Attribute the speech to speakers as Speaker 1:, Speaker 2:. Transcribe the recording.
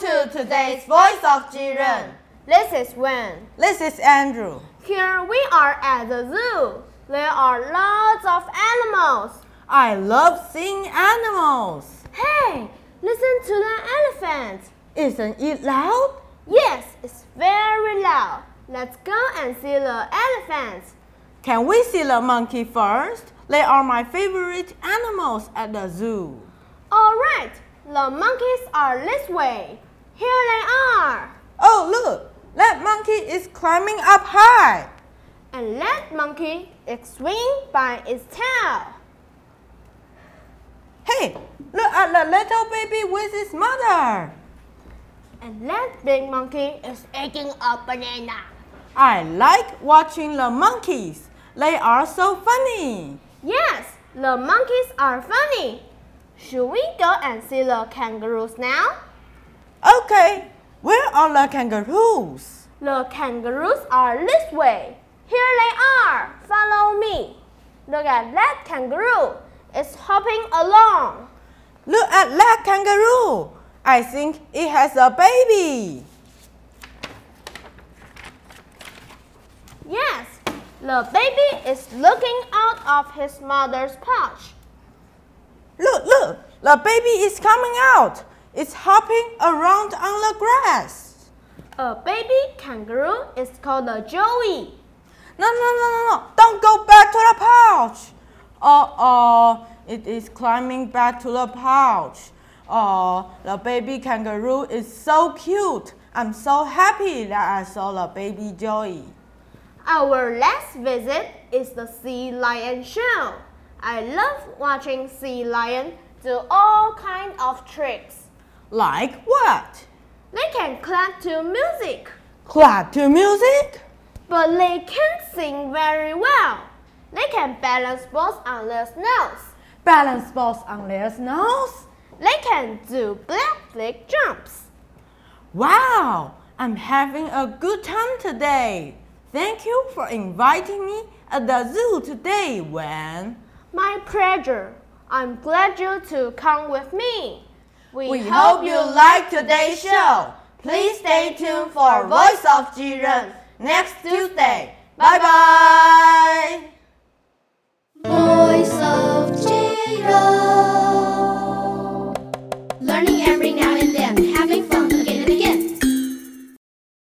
Speaker 1: today's Voice of Jiren.
Speaker 2: This is when.
Speaker 3: This is Andrew.
Speaker 2: Here we are at the zoo. There are lots of animals.
Speaker 3: I love seeing animals.
Speaker 2: Hey, listen to the elephant.
Speaker 3: Isn't it loud?
Speaker 2: Yes, it's very loud. Let's go and see the elephant.
Speaker 3: Can we see the monkey first? They are my favorite animals at the zoo.
Speaker 2: All right, the monkeys are this way. Here they are.
Speaker 3: Oh, look, that monkey is climbing up high.
Speaker 2: And that monkey is swinging by its tail.
Speaker 3: Hey, look at the little baby with his mother.
Speaker 2: And that big monkey is eating a banana.
Speaker 3: I like watching the monkeys. They are so funny.
Speaker 2: Yes, the monkeys are funny. Should we go and see the kangaroos now?
Speaker 3: Okay, where are the kangaroos?
Speaker 2: The kangaroos are this way. Here they are. Follow me. Look at that kangaroo. It's hopping along.
Speaker 3: Look at that kangaroo. I think it has a baby.
Speaker 2: Yes, the baby is looking out of his mother's pouch.
Speaker 3: Look, look, the baby is coming out. It's hopping around on the grass.
Speaker 2: A baby kangaroo is called a joey.
Speaker 3: No, no, no, no, no. Don't go back to the pouch. Uh oh, it is climbing back to the pouch. Oh, the baby kangaroo is so cute. I'm so happy that I saw the baby Joey.
Speaker 2: Our last visit is the sea lion show. I love watching sea lion do all kind of tricks.
Speaker 3: Like what?
Speaker 2: They can clap to music,
Speaker 3: Clap to music?
Speaker 2: but they can't sing very well. They can balance balls on their nose.
Speaker 3: Balance balls on their nose?
Speaker 2: They can do black leg jumps.
Speaker 3: Wow, I'm having a good time today. Thank you for inviting me at the zoo today, Wen.
Speaker 2: My pleasure. I'm glad you two come with me.
Speaker 1: We hope you like today's show. Please stay tuned for Voice of Jiren next Tuesday. Bye bye.
Speaker 4: Voice of Jiro.